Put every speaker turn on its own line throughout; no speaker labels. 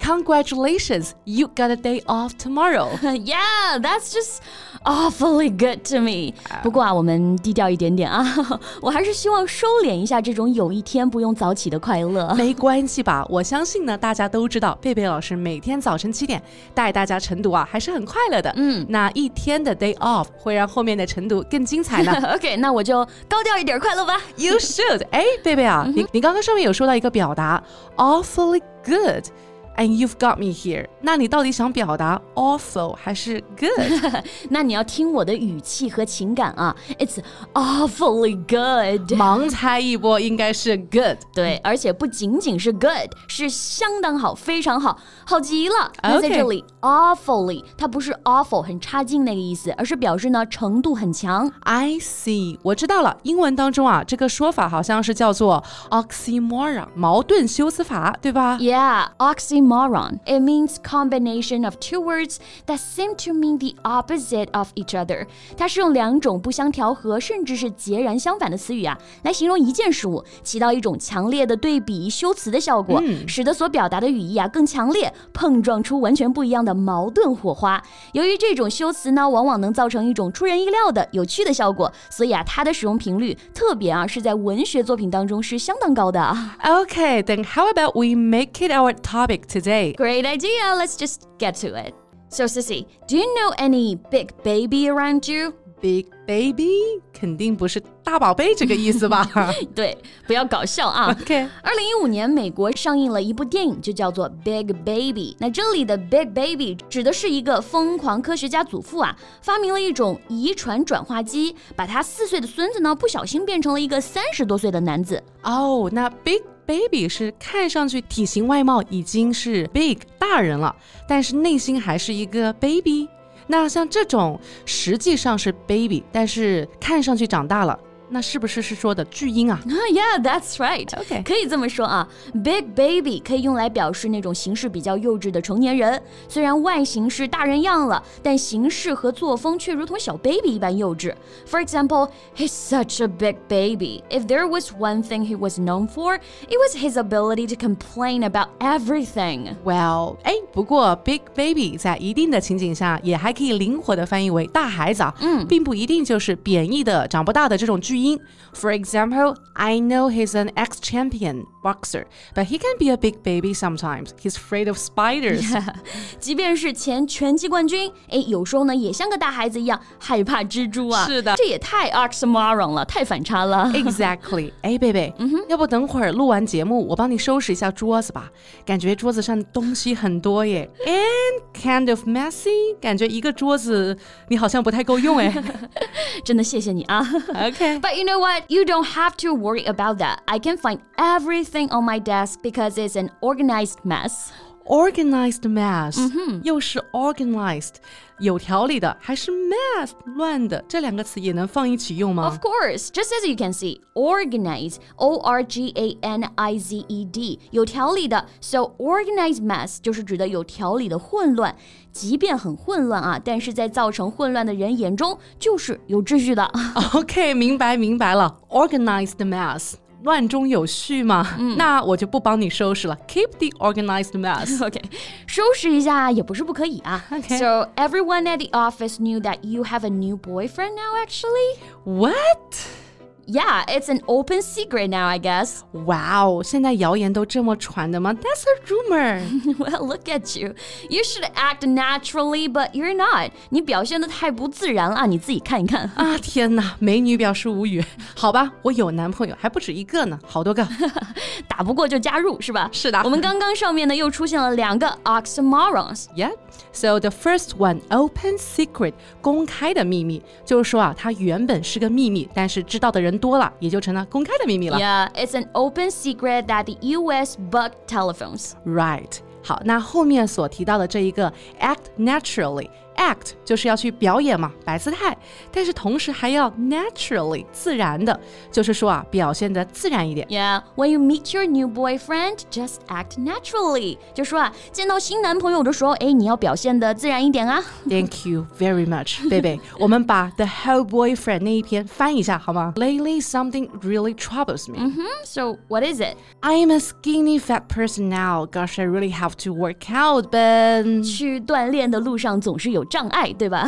，Congratulations, you got a day off tomorrow。
yeah, that's just awfully good to me. 不过啊，我们低调一点点啊， 我还是希望收敛一下这种有一天不用早起的快 乐。
没关系吧？我相信呢，大家都知道贝贝老师每天早晨七点带大家晨读啊，还是很快乐的。
嗯
那一天的 day off 会让后面的晨读更 精彩呢。
OK，那我就高调一点快乐吧。
You should，哎，贝贝啊，你你刚刚上面有说到一个表达 awfully good，and you've got me here。那你到底想表达 awful 还是 good？
那你要听我的语气和情感啊，It's awfully good。
盲猜一波，应该是 good。
对，而且不仅仅是 good，是相当好，非常好，好极了。那在
OK
这里 awfully，它不是 awful 很差劲那个意思，而是表示呢程度很强。
I see，我知道了。英文当中啊，这个说法好像是叫做 oxymoron，矛盾修辞法，对吧
Yeah, oxymoron. It means combination of two words that seem to mean the opposite of each other. 它是用两种不相调和，甚至是截然相反的词语啊，来形容一件事物，起到一种强烈的对比、修辞的效果，使得所表达的语义啊更强烈，碰撞出完全不一样的矛盾火花。由于这种修辞呢，往往能造成一种出人意料的有趣的效果，所以啊，它的使用频率，特别啊是在文学作品当中是相当高的啊。
？Okay, then how about we make it our topic today?
Great idea. Let's just get to it. So, Sissy, do you know any big baby around you?
Big baby，肯定不是大宝贝这个意思吧
对，不要搞笑 啊。
？Okay，
二零一五年，美国上映了一部电影，就叫做《Big Baby》。那这里的 Big Baby 指的是一个疯狂科学家祖父啊，发明了一种遗传转化机，把他四岁的孙子呢，不小心变成了一个三十多岁的男子。
哦，那 big baby 是看上去体型外貌已经是 big 大人了，但是内心还是一个 baby。那像这种实际上是 baby，但是看上去长大了，那是不是是说的巨婴啊
yeah, that's right.
OK
可以这么说啊，Big Baby 可以用来表示那种形式比较幼稚的成年人，虽然外形是大人样了，但行事和作风却如同小 baby 一般幼稚。For example, he's such a big baby. If there was one thing he was known for, it was his ability to complain about everything.
？Well，哎，不过 big baby 在一定的情景下也还可以灵活的翻译为大孩子啊，嗯，并不一定就是贬义的长不大的这种巨婴。For example，I know he's an ex-champion boxer，but he can be a big baby sometimes. He's afraid of spiders.
即便是前拳击冠军，哎，有时候呢也像个大孩子一样害怕蜘蛛啊。
是的
这也太 oxymoron 了，太反差了。
Exactly，哎， 贝贝，要不等会儿录完节目，我帮你收拾一下桌子吧，感觉桌子上东西很多耶，and kind of messy，感觉一个桌子你好像不太够用哎。
真的谢谢你啊。
OK，
But you know what? You don't have to worry about that. I can find everything on my desk because it's an organized mess.
organized mess，、又
嗯
是 organized，有条理的，还是 mess 乱的，这两个词也能放一起用吗
Of course, just as you can see, organized, O R G A N I Z E D, 有条理的。So organized mess 就是指的有条理的混乱，即便很混乱啊，但是在造成混乱的人眼中就是有秩序的。
Uh-huh. ？OK，明白明白了，organized mess。乱中有序嘛，
嗯
那我就不帮你收拾了。Keep the organized mess。
Okay. 收拾一下也不是不可以啊。
Okay.
So everyone at the office knew that you have a new boyfriend now actually?
What？
Yeah, it's an open secret now, I guess.
哇哦，现在谣言都这么传的吗？That's a rumor。
well, look at you. You should act naturally, but you're not. 你表现得太不自然了，你自己看一看。
啊天哪，美女表示无语。好吧，我有男朋友，还不止一个呢，好多个。
打不过就加入是吧？
是的
我们刚刚上面呢又出现了两个 oxymorons。
Yeah. So the first one, open secret，公开的秘密，就是说啊，它原本是个秘密，但是知道的人多了，也就成了公开的秘密了。
Yeah, it's an open secret that the U.S. bugged telephones.
Right. 好，那后面所提到的这一个 act naturally。Act 就是要去表演嘛，摆姿态。但是同时还要 naturally 自然的，就是说啊，表现的自然一点。
Yeah, when you meet your new boyfriend, just act naturally. 就说啊，见到新男朋友的时候，哎，你要表现的自然一点啊。
Thank you very much，贝贝。 我们把 The Hell Boyfriend 那一篇翻一下好吗？Lately something really troubles me.
So what is it?
I am a skinny fat person now. Gosh, I really have to work out, but
去锻炼的路上总是有障碍，对吧？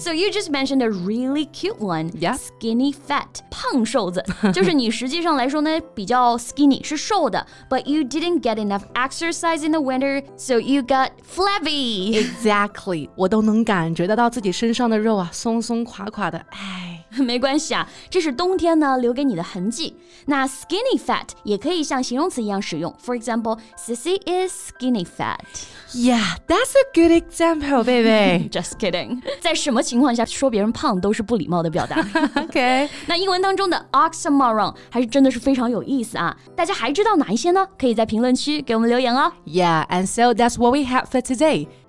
so you just mentioned a really cute one.
Yeah.
Skinny fat，胖瘦子， 就是你实际上来说呢比较 skinny 是瘦的，but you didn't get enough exercise in the winter, so you got flabby.
exactly，我都能感觉得到自己身上的肉啊，松松垮垮的，唉。
没关系啊，这是冬天呢留给你的痕迹。那 skinny fat 也可以像形容词一样使用。For example, Sissy is skinny fat.
Yeah, that's a good example, 贝贝。
Just kidding，在什么情况下说别人胖都是不礼貌的表达。
OK，
那英文当中的 oxymoron 还是真的是非常有意思啊！大家还知道哪一些呢？可以在评论区给我们留言哦。
Yeah, and so that's what we have for today.